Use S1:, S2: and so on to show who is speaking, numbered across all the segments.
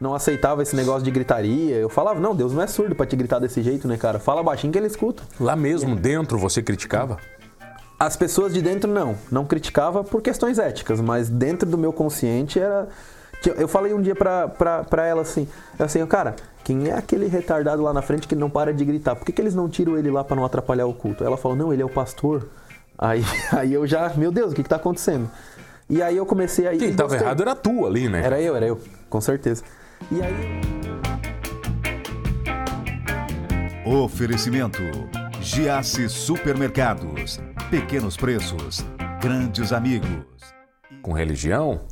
S1: não aceitava esse negócio de gritaria. Eu falava, não, Deus não é surdo pra te gritar desse jeito, né, cara? Fala baixinho que ele escuta.
S2: Lá mesmo, dentro, você criticava?
S1: As pessoas de dentro não, não criticava por questões éticas, mas dentro do meu consciente era. Eu falei um dia pra, pra, pra ela assim, eu assim, cara, quem é aquele retardado lá na frente que não para de gritar? Por que, que eles não tiram ele lá pra não atrapalhar o culto? Ela falou, não, ele é o pastor. Aí, aí eu já, meu Deus, o que, que tá acontecendo? E aí eu comecei a.
S2: Quem
S1: e
S2: tava
S1: gostei.
S2: errado era tu ali, né?
S1: Era eu, era eu, com certeza. E aí.
S3: Oferecimento: Giasse Supermercados. Pequenos preços, grandes amigos.
S2: Com religião?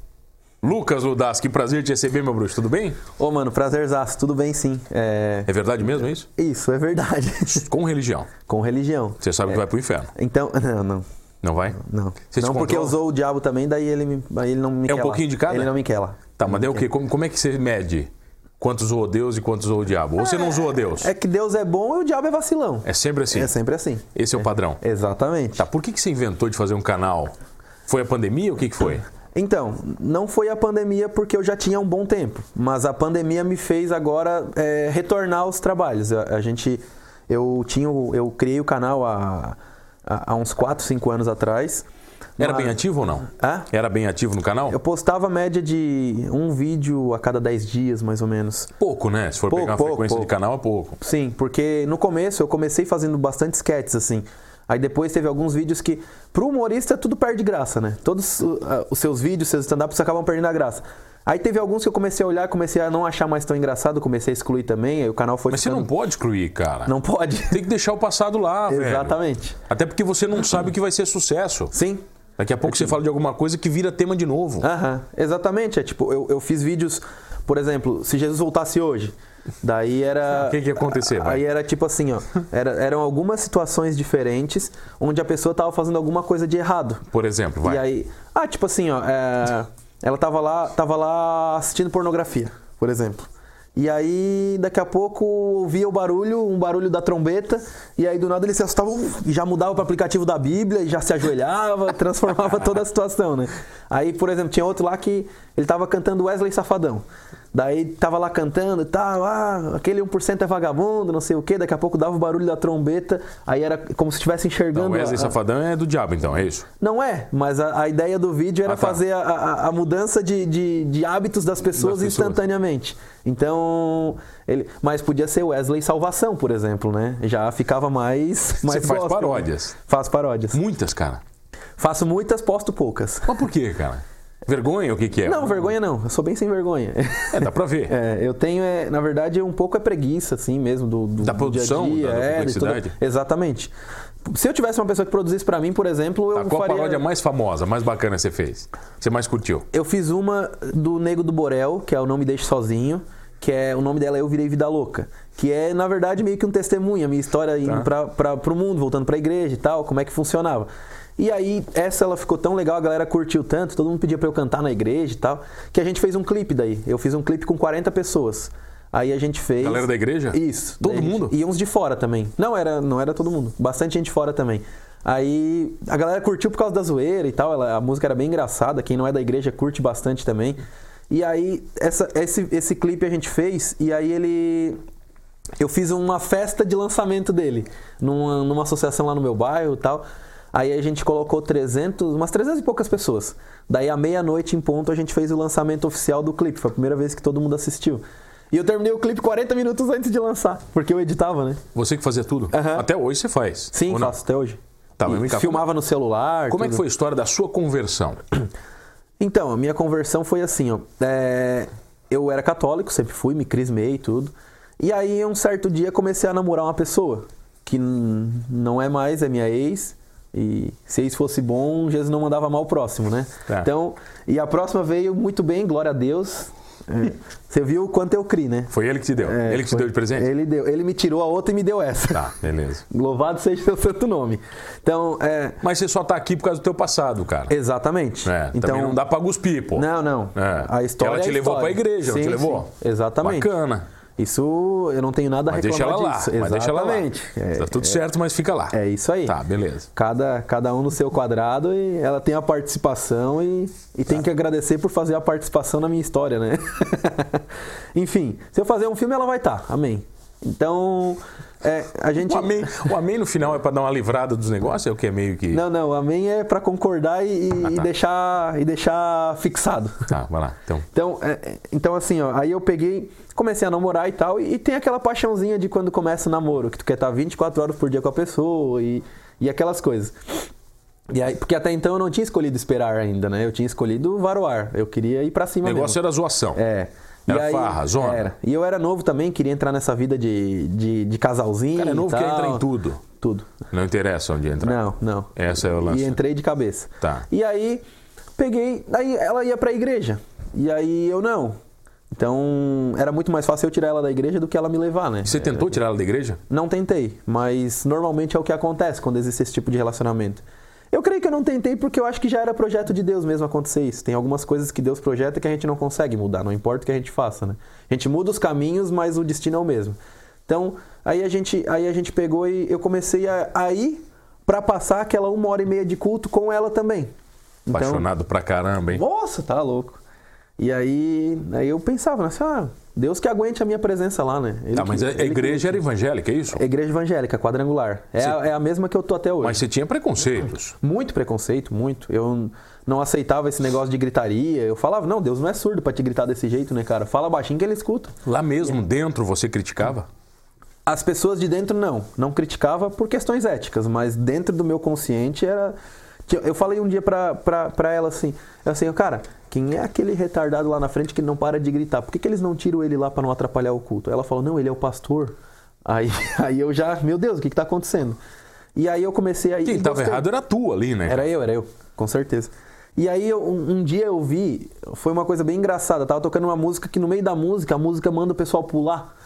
S2: Lucas Ludas, que prazer te receber, meu bruxo. Tudo bem?
S1: Ô, mano, prazerzaço, tudo bem sim. É...
S2: É verdade mesmo isso?
S1: Isso, é verdade.
S2: Com religião.
S1: Com religião.
S2: Você sabe que vai pro inferno.
S1: Então, não, não.
S2: Não vai?
S1: Não,
S2: Você te
S1: não porque
S2: controla?
S1: usou o diabo também, daí ele, me, aí ele não me
S2: É
S1: quer
S2: um
S1: lá.
S2: pouquinho de cada?
S1: Ele não me quer lá.
S2: Tá, mas daí o quê? Como, como é que você mede quantos zoou Deus e quantos zoou o diabo? Ou você não zoou Deus?
S1: É que Deus é bom e o diabo é vacilão.
S2: É sempre assim.
S1: É sempre assim.
S2: Esse é o padrão.
S1: Exatamente.
S2: Tá, por que, que você inventou de fazer um canal? Foi a pandemia? O que, que foi?
S1: Então, não foi a pandemia porque eu já tinha um bom tempo, mas a pandemia me fez agora é, retornar aos trabalhos. A, a gente, eu tinha, o- eu criei o canal há, há há uns 4, 5 anos atrás.
S2: Era
S1: Mas-
S2: bem ativo ou não?
S1: é- Hã?
S2: Era bem ativo no canal?
S1: Eu postava a média de um vídeo a cada 10 dias, mais ou menos.
S2: Pouco, né? Se for
S1: Pouco,
S2: pegar a
S1: pouco,
S2: frequência de
S1: pouco.
S2: canal, é pouco.
S1: Sim, porque no começo eu comecei fazendo bastante sketches, assim. Aí depois teve alguns vídeos que, pro humorista, tudo perde graça, né? Todos uh, ah, os seus vídeos, seus stand-ups acabam perdendo a graça. Aí teve alguns que eu comecei a olhar, comecei a não achar mais tão engraçado, comecei a excluir também, aí o canal foi
S2: Mas você
S1: ficando-
S2: não pode excluir, cara.
S1: Não pode.
S2: Tem que deixar o passado lá, velho.
S1: Exatamente.
S2: Até porque você não sabe o que vai ser sucesso.
S1: Sim.
S2: Daqui a pouco você fala de alguma coisa que vira tema de novo.
S1: Aham, exatamente. É tipo, eu, eu fiz vídeos, por exemplo, se Jesus voltasse hoje. Daí era.
S2: O que que ia acontecer, vai?
S1: Aí era tipo assim, ó. era- eram algumas situações diferentes onde a pessoa tava fazendo alguma coisa de errado.
S2: Por exemplo, vai.
S1: E aí. Ah, tipo assim, ó. é, ela tava lá, tava lá assistindo pornografia, por exemplo. E aí, daqui a pouco, ouvia o barulho, um barulho da trombeta, e aí do nada ele se assustava uf, e já mudava para aplicativo da Bíblia e já se ajoelhava, transformava toda a situação, né? Aí, por exemplo, tinha outro lá que ele tava cantando Wesley Safadão. Daí tava lá cantando e tal, ah, aquele 1% é vagabundo, não sei o quê, daqui a pouco dava o barulho da trombeta, aí era como se estivesse
S2: Então,
S1: enxergando.
S2: Wesley
S1: a- a-
S2: Safadão é do diabo, então, é isso?
S1: não é, mas a, a ideia do vídeo era
S2: Ah, tá.
S1: fazer a, a- a mudança de, de- de hábitos das pessoas,
S2: Das pessoas.
S1: instantaneamente. Então, ele, mas podia ser Wesley Salvação, por exemplo, né? Já ficava mais. mais
S2: faz
S1: gospel.
S2: paródias.
S1: Faço paródias.
S2: Muitas, cara.
S1: Faço muitas, posto poucas.
S2: Mas por quê, cara? Vergonha, o que que é?
S1: Não, vergonha não. Eu sou bem sem vergonha.
S2: É, dá pra ver.
S1: É, eu tenho, é, na verdade, um pouco é preguiça, assim mesmo, do, do-
S2: Da
S1: do
S2: produção,
S1: dia a
S2: da- da
S1: dia, é, de tudo.
S2: complexidade.
S1: Exatamente. Se eu tivesse uma pessoa que produzisse pra mim, por exemplo, eu
S2: Tá, qual a
S1: faria...
S2: paródia mais famosa, mais bacana você fez? Você mais curtiu?
S1: Eu fiz uma do Nego do Borel, que é o Não Me Deixe Sozinho, que é o nome dela é Eu Virei Vida Louca. Que é, na verdade, meio que um testemunho, a minha história
S2: Tá.
S1: indo pra, pra, pro mundo, voltando pra igreja e tal, como é que funcionava. E aí, essa ela ficou tão legal, a galera curtiu tanto, todo mundo pedia pra eu cantar na igreja e tal, que a gente fez um clipe daí. Eu fiz um clipe com 40 pessoas. Aí a gente fez.
S2: Galera da igreja?
S1: Isso.
S2: Todo
S1: Daí a gente-
S2: mundo?
S1: E uns de fora também. Não era, não era todo mundo. Bastante gente fora também. Aí a galera curtiu por causa da zoeira e tal. ela- a música era bem engraçada. Quem não é da igreja curte bastante também. E aí essa- esse, esse clipe a gente fez e aí ele eu fiz uma festa de lançamento dele numa, numa associação lá no meu bairro e tal. Aí a gente colocou 300, umas 300 e poucas pessoas. Daí à meia-noite em ponto a gente fez o lançamento oficial do clipe. Foi a primeira vez que todo mundo assistiu. E eu terminei o clipe 40 minutos antes de lançar, porque eu editava, né?
S2: Você que fazia tudo?
S1: Aham.
S2: Até hoje você faz.
S1: Sim,
S2: ou não?
S1: faço até hoje.
S2: Tá,
S1: E
S2: mas vem cá,
S1: filmava no celular.
S2: Como é que
S1: tudo.
S2: foi a história da sua conversão?
S1: Então, a minha conversão foi assim, ó. É, eu era católico, sempre fui, me crismei e tudo. E aí, um certo dia, comecei a namorar uma pessoa que n- não é mais, é minha ex. E se ex fosse bom, Jesus não mandava mal o próximo, né?
S2: Tá.
S1: Então, e a próxima veio muito bem, glória a Deus. É, Você viu o quanto eu cri, né?
S2: Foi ele que te deu?
S1: É,
S2: ele que te
S1: foi-
S2: deu de presente?
S1: Ele deu. Ele me tirou a outra e me deu essa.
S2: Tá, beleza.
S1: Louvado seja o seu santo nome. Então, é,
S2: Mas você só tá aqui por causa do teu passado, cara.
S1: exatamente.
S2: É, também não dá pra cuspir, pô.
S1: Então- Não, não.
S2: É.
S1: A história
S2: Ela te
S1: é a
S2: levou pra
S1: história.
S2: igreja, não
S1: Sim,
S2: te levou?
S1: sim. Exatamente.
S2: Bacana.
S1: Isso eu não tenho nada a
S2: Mas deixa
S1: reclamar
S2: ela lá.
S1: disso.
S2: Mas deixa ela lá.
S1: Exatamente. É,
S2: tá tudo certo, mas fica lá.
S1: é isso aí.
S2: Tá, beleza.
S1: Cada, cada um no seu quadrado e ela tem a
S2: Tá.
S1: participação e, e tem que agradecer por fazer a participação na minha história, né? Enfim, se eu fazer um filme, ela vai estar. Amém. Então, é, a gente.
S2: O Um amém, o amém no final é pra dar uma livrada dos negócios? É o que é meio que.
S1: Não, não, o amém é pra concordar e, e
S2: Ah, tá.
S1: deixar, e deixar fixado.
S2: Tá, vai lá. Então.
S1: Então, é, é, então assim, ó, aí eu peguei, comecei a namorar e tal, e, e tem aquela paixãozinha de quando começa o namoro, que tu quer estar 24 horas por dia com a pessoa e, e aquelas coisas. E aí, porque até então eu não tinha escolhido esperar ainda, né? Eu tinha escolhido varoar. Eu queria ir pra
S2: O
S1: cima
S2: negócio
S1: mesmo.
S2: era zoação.
S1: É.
S2: Era farra, zona.
S1: Era. E eu era novo também, queria entrar nessa vida de, de, de casalzinho.
S2: Cara, é novo
S1: e
S2: que
S1: tal.
S2: entra em tudo.
S1: Tudo.
S2: Não interessa onde entrar.
S1: Não, não.
S2: Essa é o
S1: E
S2: lance.
S1: entrei de cabeça.
S2: Tá.
S1: E aí, peguei. Aí ela ia pra igreja. E aí eu não. Então, era muito mais fácil eu tirar ela da igreja do que ela me levar, né?
S2: Você tentou tirar ela da igreja?
S1: Não tentei, mas normalmente é o que acontece quando existe esse tipo de relacionamento. Eu creio que eu não tentei porque eu acho que já era projeto de Deus mesmo acontecer isso. Tem algumas coisas que Deus projeta que a gente não consegue mudar, não importa o que a gente faça, né? A gente muda os caminhos, mas o destino é o mesmo. Então, aí a gente, aí a gente pegou e eu comecei a, a ir pra passar aquela uma hora e meia de culto com ela também. Então,
S2: Apaixonado pra caramba, hein?
S1: nossa, tá louco. E aí, aí eu pensava, né, assim, ah, Deus que aguente a minha presença lá, né? Ele
S2: Tá, mas
S1: que-
S2: a a
S1: ele que-
S2: igreja era evangélica, é isso?
S1: é Igreja evangélica, quadrangular. É, a, é a mesma que eu tô até hoje.
S2: Mas você tinha preconceitos.
S1: Muito preconceito, muito. Eu não aceitava esse negócio de gritaria. Eu falava, não, Deus não é surdo pra te gritar desse jeito, né, cara? Fala baixinho que ele escuta.
S2: Lá mesmo, dentro, você criticava?
S1: As pessoas de dentro não, não criticava por questões éticas, mas dentro do meu consciente era. Tinha- Eu falei um dia pra, pra, pra ela assim, eu assim, cara, quem é aquele retardado lá na frente que não para de gritar? Por que, que eles não tiram ele lá pra não atrapalhar o culto? Ela falou, não, ele é o pastor. Aí, aí eu já, meu Deus, o que, que tá acontecendo? E aí eu comecei a.
S2: Quem
S1: e
S2: estava
S1: gostei.
S2: errado era tu ali, né?
S1: Era eu, era eu, com certeza. E aí eu- um, um dia eu vi, foi uma coisa bem engraçada, eu tava tocando uma música que no meio da música, a música manda o pessoal pular.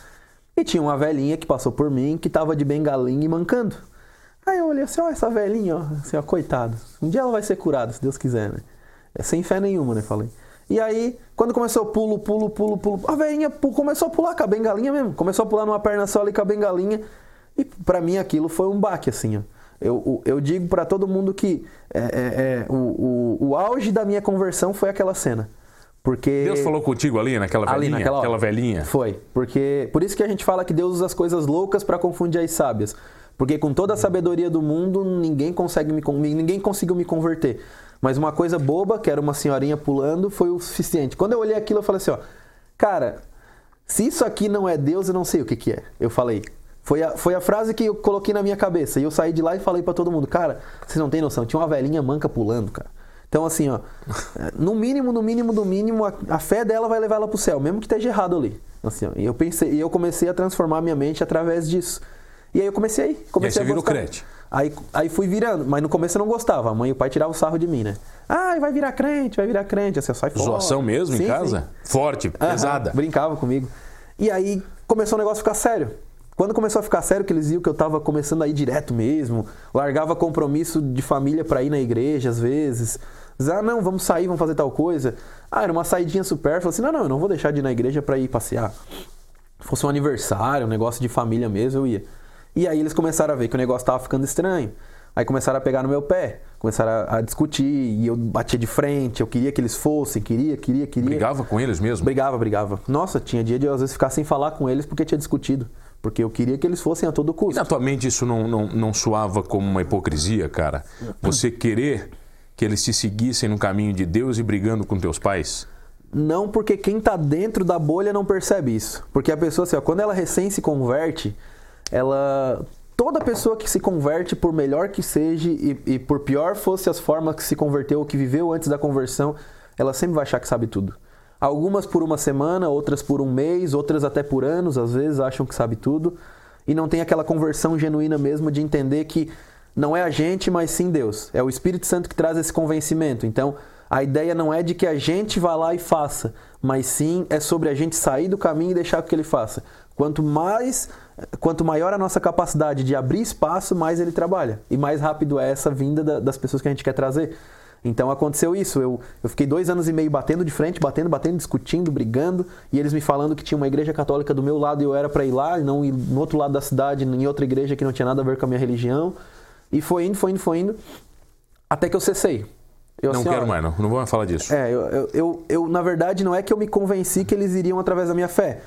S1: E tinha uma velhinha que passou por mim, que tava de bengalinha e mancando. Aí eu olhei assim, ó, essa velhinha, ó, assim, ó, coitada. Um dia ela vai ser curada, se Deus quiser, né? É sem fé nenhuma, né, falei. E aí, quando começou o pulo, pulo, pulo, pulo, a velhinha pu- começou a pular com a bengalinha mesmo. Começou a pular numa perna só ali com a bengalinha. E pra mim aquilo foi um baque, assim, ó. Eu, o- eu digo pra todo mundo que é, é, é, o, o, o auge da minha conversão foi aquela cena. Porque.
S2: Deus falou contigo ali naquela velhinha?
S1: Ali naquela hora.
S2: velhinha?
S1: Foi, porque por isso que a gente fala que Deus usa as coisas loucas para confundir as sábias, porque com
S2: Hum.
S1: toda a sabedoria do mundo ninguém consegue me con- ninguém conseguiu me converter. Mas uma coisa boba, que era uma senhorinha pulando, foi o suficiente. Quando eu olhei aquilo, eu falei assim, ó, cara, se isso aqui não é Deus, eu não sei o que que é. Eu falei. Foi a, foi a frase que eu coloquei na minha cabeça. E eu saí de lá e falei pra todo mundo, cara, vocês não tem noção, tinha uma velhinha manca pulando, cara. Então, assim, ó, eh, no mínimo, no mínimo, no mínimo, a, a fé dela vai levar ela pro céu, mesmo que esteja errado ali. Assim, ó, e eu pensei, e eu comecei a transformar a minha mente através disso. E aí eu comecei aí. Comecei
S2: você
S1: a
S2: virou
S1: gostar.
S2: crente.
S1: Aí, aí fui virando, mas no começo eu não gostava. A mãe e o pai tiravam sarro de mim, né? Ah, vai virar crente, vai virar crente. Assim, sai fora.
S2: Zoação mesmo
S1: Sim,
S2: em
S1: sim.
S2: casa? Forte,
S1: Aham,
S2: tipo, pesada.
S1: Brincava comigo. E aí começou o negócio a ficar sério. Quando começou a ficar sério, que eles viam que eu tava começando a ir direto mesmo, largava compromisso de família pra ir na igreja às vezes. Diz, Ah, não, vamos sair, vamos fazer tal coisa. Ah, era uma saidinha supérflua. Assim, não, não, eu não vou deixar de ir na igreja pra ir passear. Se fosse um aniversário, um negócio de família mesmo, eu ia. E aí eles começaram a ver que o negócio tava ficando estranho. Aí começaram a pegar no meu pé, começaram a, a discutir, e eu batia de frente, eu queria que eles fossem, queria, queria, queria.
S2: Brigava com eles mesmo?
S1: Brigava, brigava. Nossa, tinha dia de eu às vezes ficar sem falar com eles porque tinha discutido. Porque eu queria que eles fossem a todo
S2: E
S1: custo.
S2: na tua mente isso não, não, não soava como uma hipocrisia, cara? Você querer que eles se seguissem no caminho de Deus e brigando com teus pais?
S1: Não porque quem tá dentro da bolha não percebe isso. Porque a pessoa, assim, ó, quando ela recém se converte, ela. Toda pessoa que se converte, por melhor que seja e, e por pior fosse as formas que se converteu ou que viveu antes da conversão, ela sempre vai achar que sabe tudo. Algumas por uma semana, outras por um mês, outras até por anos, às vezes acham que sabe tudo. E não tem aquela conversão genuína mesmo de entender que não é a gente, mas sim Deus. É o Espírito Santo que traz esse convencimento. Então, a ideia não é de que a gente vá lá e faça, mas sim é sobre a gente sair do caminho e deixar que ele faça. Quanto mais, quanto maior a nossa capacidade de abrir espaço, mais ele trabalha. E mais rápido é essa vinda da- das pessoas que a gente quer trazer. Então aconteceu isso. Eu, eu fiquei dois anos e meio batendo de frente, batendo, batendo, discutindo, brigando, e eles me falando que tinha uma igreja católica do meu lado e eu era pra ir lá, e não ir no outro lado da cidade, em outra igreja que não tinha nada a ver com a minha religião. E foi indo, foi indo, foi indo, até que eu cessei. Eu,
S2: não
S1: assim, ó,
S2: quero mais, não. Não vamos falar disso.
S1: É, eu, eu, eu, eu, na verdade, não é que eu me convenci que eles iriam através da minha fé.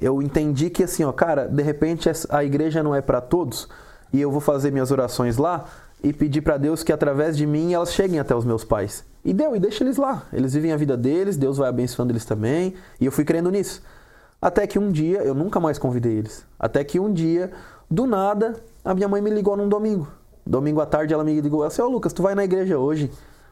S1: Eu entendi que, assim, ó, cara, de repente essa- a igreja não é para todos e eu vou fazer minhas orações lá e pedir para Deus que através de mim elas cheguem até os meus pais. E deu, e deixa eles lá. Eles vivem a vida deles, Deus vai abençoando eles também. E eu fui crendo nisso. Até que um dia, eu nunca mais convidei eles. Até que um dia, do nada, a minha mãe me ligou num domingo. Domingo à tarde ela me ligou assim: Ô Lucas, tu vai na igreja hoje?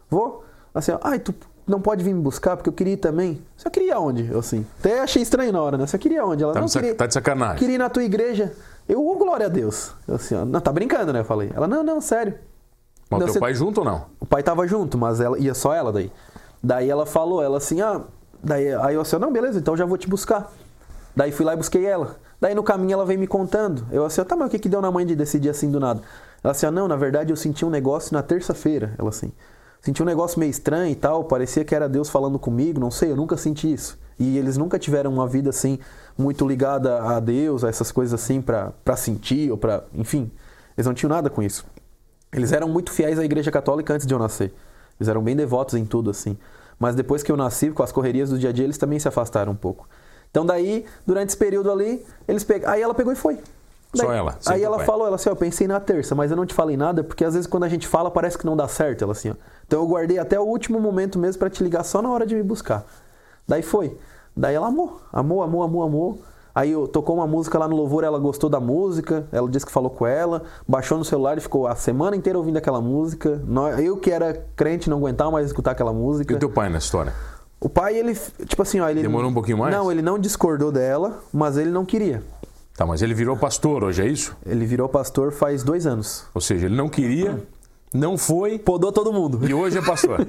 S1: Vou? Assim, ó, ai, tu não pode vir me buscar porque eu queria ir também. Você queria onde? Eu assim. Até achei estranho na hora, né? Você queria onde? Ela
S2: Tá
S1: não
S2: de sac-
S1: queria.
S2: tá de sacanagem."
S1: Queria ir na tua igreja. Eu, ô, glória a Deus. Eu assim, ó, não, tá brincando, né? Eu falei. Ela, não, não, sério.
S2: Mas
S1: Não,
S2: teu
S1: você-
S2: pai junto ou não?
S1: o pai tava junto, mas ela ia só ela daí. Daí ela falou, ela assim, ah, daí aí eu assim, não, beleza, então já vou te buscar. Daí fui lá e busquei ela. Daí no caminho ela veio me contando. Eu assim, tá, mas o que que deu na mãe de decidir assim do nada? Ela assim, ah, não, na verdade eu senti um negócio na terça-feira, ela assim. Senti um negócio meio estranho e tal, parecia que era Deus falando comigo, não sei, eu nunca senti isso. E eles nunca tiveram uma vida assim muito ligada a Deus, a essas coisas assim pra pra sentir ou pra, enfim, eles não tinham nada com isso. Eles eram muito fiéis à Igreja Católica antes de eu nascer. Eles eram bem devotos em tudo, assim. Mas depois que eu nasci, com as correrias do dia a dia, eles também se afastaram um pouco. Então daí, durante esse período ali, eles pe... aí ela pegou e foi.
S2: Só ela, sem
S1: Aí
S2: teu
S1: ela
S2: pai.
S1: falou, ela assim, ó, eu pensei na terça, mas eu não te falei nada, porque às vezes quando a gente fala parece que não dá certo, ela assim, ó. Então eu guardei até o último momento mesmo pra te ligar só na hora de me buscar. Daí foi. Daí ela amou, amou, amou, amou, amou. Aí eu tocou uma música lá no louvor, ela gostou da música, ela disse que falou com ela, baixou no celular e ficou a semana inteira ouvindo aquela música. Nó- Eu que era crente não aguentava mais escutar aquela música.
S2: E o teu pai na história?
S1: O pai, ele, tipo assim, ó, ele
S2: Demorou um pouquinho mais?
S1: Não, ele não discordou dela, mas ele não queria.
S2: Tá, mas ele virou pastor hoje, é isso?
S1: Ele virou pastor faz dois anos.
S2: Ou seja, ele não queria, não foi
S1: Podou todo mundo.
S2: e hoje é pastor.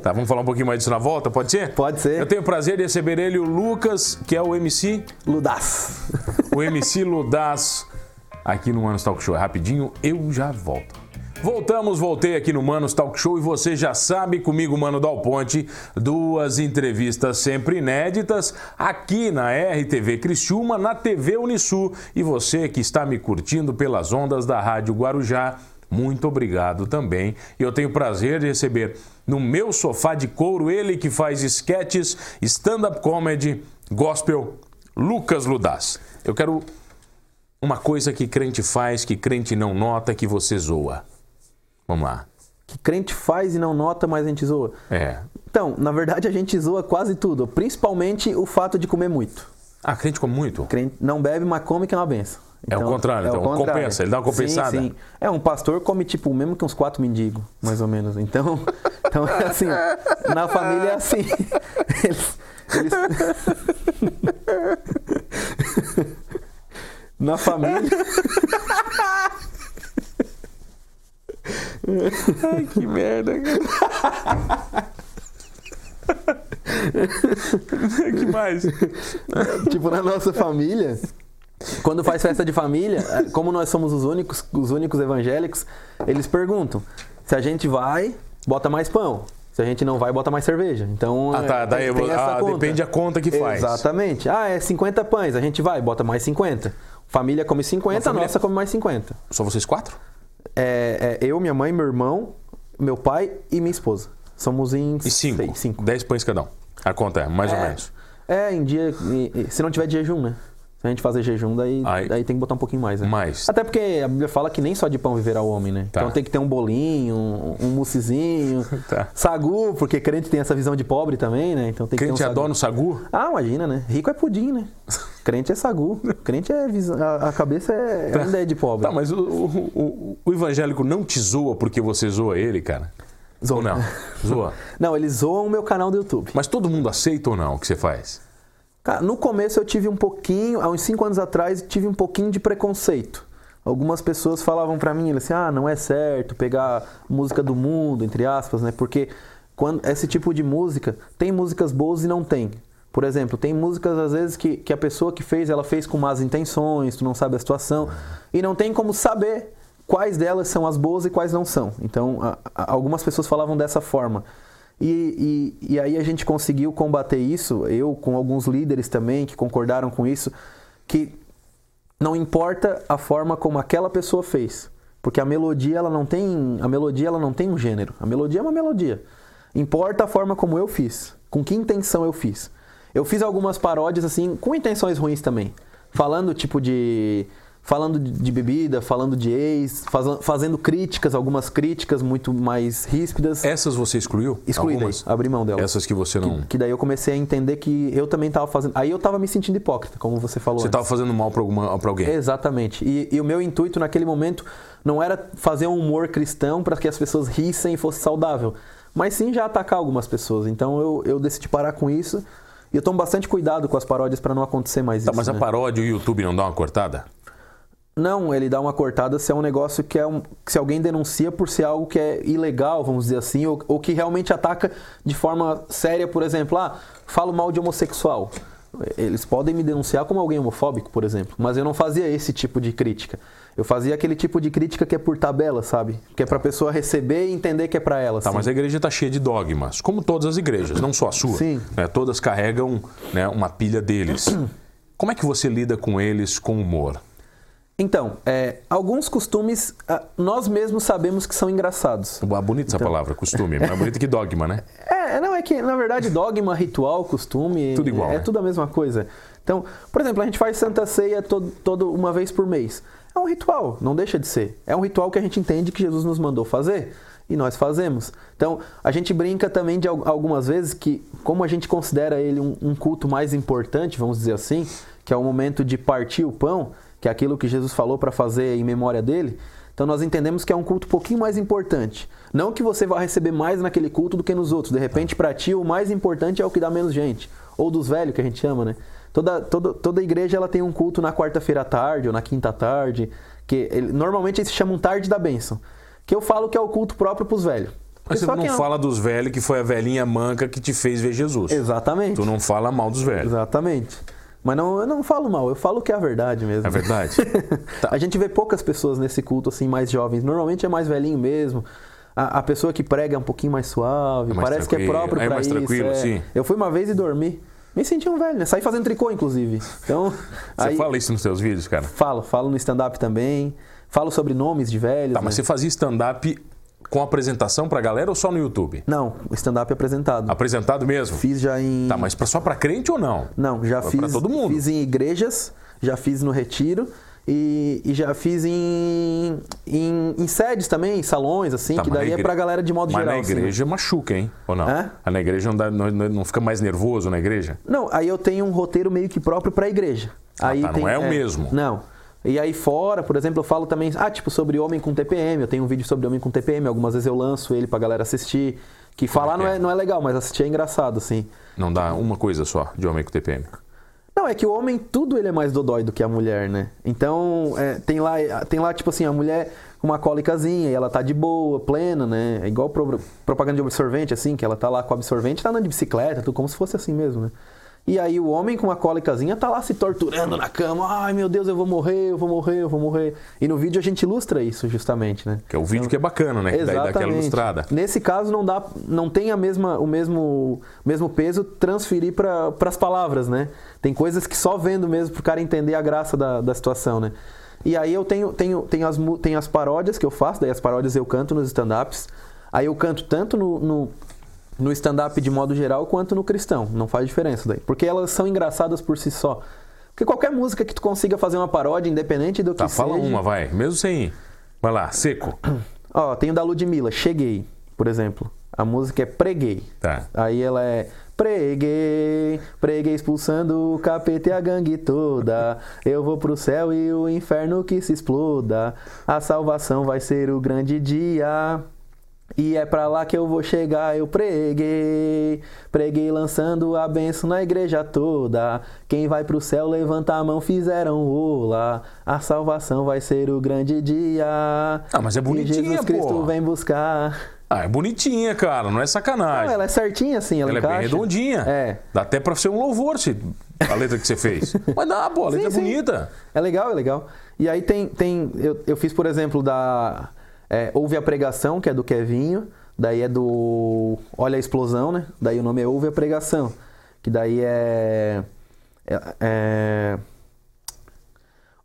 S2: tá, vamos falar um pouquinho mais disso na volta, pode ser?
S1: Pode ser.
S2: Eu tenho o prazer de receber ele, o Lucas, que é o MC,
S1: Ludaz.
S2: o MC Ludaz, aqui no Manos Talk Show. É rapidinho, eu já volto. Voltamos, voltei aqui no Manos Talk Show e você já sabe comigo, Mano Dal Ponte, duas entrevistas sempre inéditas aqui na RTV Criciúma, na TV Unisul. E você que está me curtindo pelas ondas da Rádio Guarujá, muito obrigado também. E eu tenho o prazer de receber no meu sofá de couro ele que faz esquetes, stand-up comedy, gospel, Lucas Ludaz. Eu quero uma coisa que crente faz, que crente não nota, que você zoa. Vamos lá.
S1: Que crente faz e não nota, mas a gente zoa.
S2: É.
S1: Então, na verdade, a gente zoa quase tudo. Principalmente o fato de comer muito.
S2: Ah, crente come muito?
S1: Crente não bebe, mas come que é uma benção.
S2: É o contrário, então, compensa, ele dá uma compensada.
S1: Sim, sim. É, um pastor come, tipo, mesmo que uns quatro mendigos, mais ou menos. Então, então é assim, na família é assim. Eles- eles- na família...
S2: Que merda, cara. que mais?
S1: tipo, na nossa família, quando faz festa de família, eh, como nós somos os únicos, os únicos evangélicos, eles perguntam: se a gente vai, bota mais pão. Se a gente não vai, bota mais cerveja. Então,
S2: Ah, tá,
S1: eh,
S2: daí eu- ah,
S1: conta.
S2: depende da conta que faz.
S1: Exatamente. Ah, é 50 pães, a gente vai, bota mais 50. Família come 50, a
S2: família-
S1: nossa come mais 50.
S2: Só vocês quatro?
S1: É, é eu, minha mãe, meu irmão, meu pai e minha esposa. Somos em
S2: E cinco.
S1: seis, cinco.
S2: Dez pães cada um. A conta é, mais ou
S1: É.
S2: menos.
S1: É, em dia. e- e- Se não tiver de jejum, né? Se a gente fazer jejum, daí,
S2: Aí-
S1: daí tem que botar um pouquinho mais, né?
S2: Mais.
S1: Até porque a Bíblia fala que nem só de pão viverá o homem, né?
S2: Tá.
S1: Então tem que ter um bolinho, um, um moussezinho,
S2: Tá.
S1: sagu, porque crente tem essa visão de pobre também, né? Então tem que
S2: Crente
S1: ter um sagu.
S2: adora o sagu?
S1: Ah, imagina, né? Rico é pudim, né? Crente é sagu. Crente é visão. A, a cabeça é ainda é de pobre.
S2: Tá, mas o, o- o- o evangélico não te zoa porque você zoa ele, cara?
S1: Zoa.
S2: Ou não? Zoa.
S1: Não, eles zoam o meu canal do YouTube.
S2: Mas todo mundo aceita ou não o que você faz?
S1: Cara, no começo eu tive um pouquinho, há uns 5 anos atrás, eu tive um pouquinho de preconceito. Algumas pessoas falavam pra mim assim: ah, não é certo pegar música do mundo, entre aspas, né? Porque quando esse tipo de música tem músicas boas e não tem. Por exemplo, tem músicas às vezes que, que a pessoa que fez, ela fez com más intenções, tu não sabe a situação, e não tem como saber quais delas são as boas e quais não são. Então, a- a- algumas pessoas falavam dessa forma. E, e- e aí a gente conseguiu combater isso, eu com alguns líderes também que concordaram com isso, que não importa a forma como aquela pessoa fez, porque a melodia ela não tem, a melodia ela não tem um gênero. A melodia é uma melodia. Importa a forma como eu fiz, com que intenção eu fiz. Eu fiz algumas paródias assim com intenções ruins também, falando tipo de falando de bebida, falando de ex, faz- fazendo críticas, algumas críticas muito mais ríspidas.
S2: Essas você excluiu?
S1: Excluí daí,
S2: É, Algumas?
S1: abri mão delas.
S2: Essas que você não.
S1: Que daí eu comecei a entender que eu também tava fazendo. Aí eu tava me sentindo hipócrita, como você falou.
S2: Você
S1: antes.
S2: estava fazendo mal para alguma... pra alguém.
S1: Exatamente. E, e o meu intuito naquele momento não era fazer um humor cristão para que as pessoas rissem e fosse saudável, mas sim já atacar algumas pessoas. Então eu, eu decidi parar com isso e eu tomo bastante cuidado com as paródias para não acontecer mais
S2: Tá,
S1: isso.
S2: mas a
S1: né?
S2: paródia e o YouTube não dá uma cortada?
S1: Não, ele dá uma cortada se é um negócio que é um, que se alguém denuncia por ser algo que é ilegal, vamos dizer assim, ou, ou que realmente ataca de forma séria, por exemplo, ah, falo mal de homossexual. Eles podem me denunciar como alguém homofóbico, por exemplo, mas eu não fazia esse tipo de crítica. Eu fazia aquele tipo de crítica que é por tabela, sabe? Que é pra pessoa receber e entender que é pra ela.
S2: Tá,
S1: assim.
S2: mas a igreja está cheia de dogmas, como todas as igrejas, não só a sua.
S1: Sim.
S2: né? Todas carregam né, uma pilha deles. Como é que você lida com eles com humor?
S1: Então, é, alguns costumes ah, nós mesmos sabemos que são engraçados.
S2: Ah, Bonita essa
S1: Então.
S2: palavra, costume. É mais bonita que dogma, né?
S1: É, não, é que na verdade dogma, ritual, costume.
S2: Tudo igual,
S1: É
S2: né?
S1: tudo a mesma coisa. Então, por exemplo, a gente faz Santa Ceia todo, todo- uma vez por mês. É um ritual, não deixa de ser. É um ritual que a gente entende que Jesus nos mandou fazer e nós fazemos. Então, a gente brinca também de al- algumas vezes que, como a gente considera ele um, um culto mais importante, vamos dizer assim, que é o momento de partir o pão, que é aquilo que Jesus falou para fazer em memória dele. Então nós entendemos que é um culto um pouquinho mais importante. Não que você vá receber mais naquele culto do que nos outros. De repente, para ti, o mais importante é o que dá menos gente. Ou dos velhos, que a gente chama, né? Toda, toda, toda igreja ela tem um culto na quarta-feira à tarde ou na quinta à tarde. que ele- Normalmente eles se chamam tarde da bênção. Que eu falo que é o culto próprio pros velhos. Porque
S2: Mas você
S1: só
S2: não
S1: quem é-
S2: fala dos velhos que foi a velhinha manca que te fez ver Jesus.
S1: Exatamente.
S2: Tu não fala mal dos velhos.
S1: Exatamente. Mas não, eu não falo mal, eu falo que é a verdade mesmo.
S2: É verdade. Tá.
S1: A gente vê poucas pessoas nesse culto assim mais jovens. Normalmente é mais velhinho mesmo. A, a pessoa que prega é um pouquinho mais suave.
S2: É mais
S1: parece que é
S2: tranquilo.
S1: próprio
S2: É
S1: pra
S2: mais
S1: isso.
S2: tranquilo,
S1: é.
S2: sim.
S1: Eu fui uma vez e dormi. Me senti um velho, né? Saí fazendo tricô, inclusive. Então,
S2: Você
S1: aí,
S2: fala isso nos seus vídeos, cara?
S1: falo, falo no stand-up também. Falo sobre nomes de velhos.
S2: Tá, mas
S1: né?
S2: você fazia stand-up com apresentação pra galera ou só no YouTube?
S1: Não, o stand-up é apresentado.
S2: Apresentado mesmo?
S1: Fiz já em.
S2: Ah, Tá, mas pra- só pra crente ou não?
S1: Não, já
S2: Pra
S1: fiz.
S2: todo mundo.
S1: Fiz em igrejas, já fiz no retiro e, e já fiz em, em, em sedes também, em salões, assim,
S2: Tá,
S1: que
S2: mas
S1: daí
S2: na
S1: é
S2: igre-
S1: pra galera de modo
S2: mas
S1: geral.
S2: na
S1: assim, né?
S2: igreja machuca, hein? Ou não?
S1: Hã?
S2: Ah, Na igreja não, dá- não- não- não fica mais nervoso na igreja?
S1: Não, aí eu tenho um roteiro meio que próprio pra igreja.
S2: Ah,
S1: aí
S2: tá, não é o mesmo.
S1: Não. E aí fora, por exemplo, eu falo também, ah, tipo sobre homem com TPM, eu tenho um vídeo sobre homem com TPM, algumas vezes eu lanço ele pra galera assistir, que falar não
S2: é?
S1: é, não é legal, mas assistir é engraçado, assim.
S2: Não dá uma coisa só de homem com TPM.
S1: Não, é que o homem, tudo ele é mais dodói do que a mulher, né? Então, é, tem, lá, tem lá, tipo assim, a mulher com uma cólicazinha e ela tá de boa, plena, né? É igual pro- propaganda de absorvente, assim, que ela tá lá com absorvente, tá andando de bicicleta, tudo como se fosse assim mesmo, né? E aí o homem com uma cólicazinha tá lá se torturando na cama, ai meu Deus, eu vou morrer, eu vou morrer, eu vou morrer. E no vídeo a gente ilustra isso justamente, né?
S2: Que é o vídeo que é bacana, né? Que daí dá aquela ilustrada.
S1: Nesse caso não dá, não tem a mesma, o mesmo, mesmo peso transferir para as palavras, né? Tem coisas que só vendo mesmo pro cara entender a graça da, da situação, né? E aí eu tenho, tenho, tenho, as, mu- tenho as paródias que eu faço, daí as paródias eu canto nos stand-ups. Aí eu canto tanto no, no, no stand-up de modo geral quanto no cristão. Não faz diferença daí. Porque elas são engraçadas por si só. Porque qualquer música que tu consiga fazer uma paródia, independente do que
S2: Tá, fala
S1: seja...
S2: uma, vai. Mesmo sem. Vai lá, seco.
S1: Ó, tem o da Ludmilla, Cheguei, por exemplo. A música é Preguei.
S2: Tá.
S1: Aí ela é Preguei, preguei expulsando o capeta e a gangue toda. Eu vou pro céu e o inferno que se exploda. A salvação vai ser o grande dia. E é pra lá que eu vou chegar, eu preguei. Preguei lançando a benção na igreja toda. Quem vai pro céu levanta a mão, fizeram ola. A salvação vai ser o grande dia.
S2: Ah, mas é
S1: que
S2: bonitinha,
S1: Jesus Cristo
S2: pô.
S1: vem buscar.
S2: Ah, é bonitinha, cara. Não é sacanagem.
S1: Não, ela é certinha assim, ela,
S2: Ela é
S1: encaixa.
S2: bem redondinha.
S1: É.
S2: Dá até pra ser um louvor se a letra que você fez. Mas dá, pô, a letra
S1: Sim,
S2: é
S1: sim.
S2: bonita.
S1: É legal, é legal. E aí tem. tem eu, eu fiz, por exemplo, da. É, Ouve a Pregação, que é do Kevinho. Daí é do. Olha a Explosão, né? Daí o nome é Ouve a Pregação. Que daí é. é, é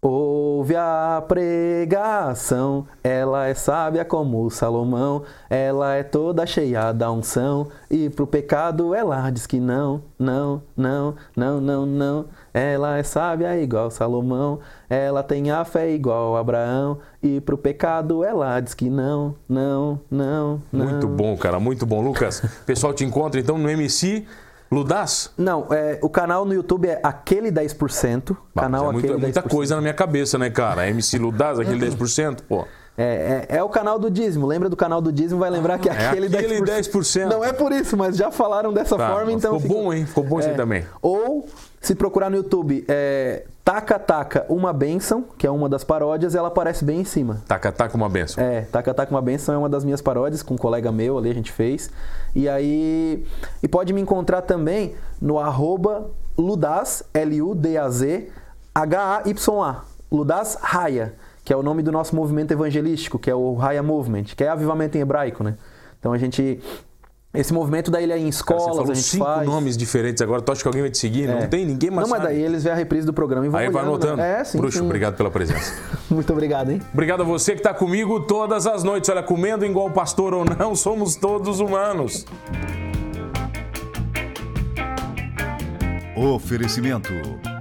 S1: ouve a da pregação. Ela é sábia como Salomão, ela é toda cheia da unção. E pro pecado ela diz que não, não, não, não, não, não. Ela é sábia igual Salomão, ela tem a fé igual Abraão. E pro pecado ela diz que não, não, não, não.
S2: Muito bom, cara, muito bom. Lucas, o pessoal te encontra então no MC Ludaz?
S1: Não, é, o canal no YouTube é aquele 10%.
S2: Bah,
S1: canal
S2: mas é muito-
S1: aquele
S2: é muita
S1: 10%.
S2: coisa na minha cabeça, né, cara? MC Ludaz,
S1: Uhum.
S2: aquele 10%, pô.
S1: É, é, é o canal do dízimo. Lembra do canal do dízimo? Vai lembrar que é aquele,
S2: aquele 10%.
S1: Não é por isso, mas já falaram dessa
S2: Tá,
S1: forma,
S2: mas
S1: então.
S2: ficou bom, hein? Ficou bom isso aí também.
S1: Ou, se procurar no YouTube, é, Taca Taca Uma Benção, que é uma das paródias, ela aparece bem em cima.
S2: Taca, taca tá uma benção.
S1: É, Taca Taca Uma Benção é uma das minhas paródias, com um colega meu ali a gente fez. E aí. E pode me encontrar também no arroba Ludaz, L-U-D-A-Z, H-A-Y-A. Ludaz Raya, que é o nome do nosso movimento evangelístico, que é o Raya Movement, que é avivamento em hebraico, né? Então a gente. Esse movimento daí ele é em
S2: Cara,
S1: escolas,
S2: você
S1: a
S2: falou
S1: gente
S2: cinco
S1: faz.
S2: nomes diferentes agora. Tu acha que alguém vai te seguir?
S1: É.
S2: Não tem ninguém mais.
S1: Não, mas
S2: sabe.
S1: daí eles vê a reprise do programa e vão
S2: Aí vai
S1: olhando, né?
S2: anotando.
S1: É, sim.
S2: Bruxo,
S1: sim.
S2: obrigado pela presença.
S1: Muito obrigado, hein?
S2: Obrigado a você que está comigo todas as noites. Olha, comendo igual pastor ou não, somos todos humanos.
S3: Oferecimento: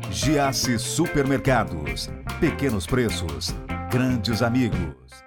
S3: Giasse Supermercados. Pequenos preços, grandes amigos.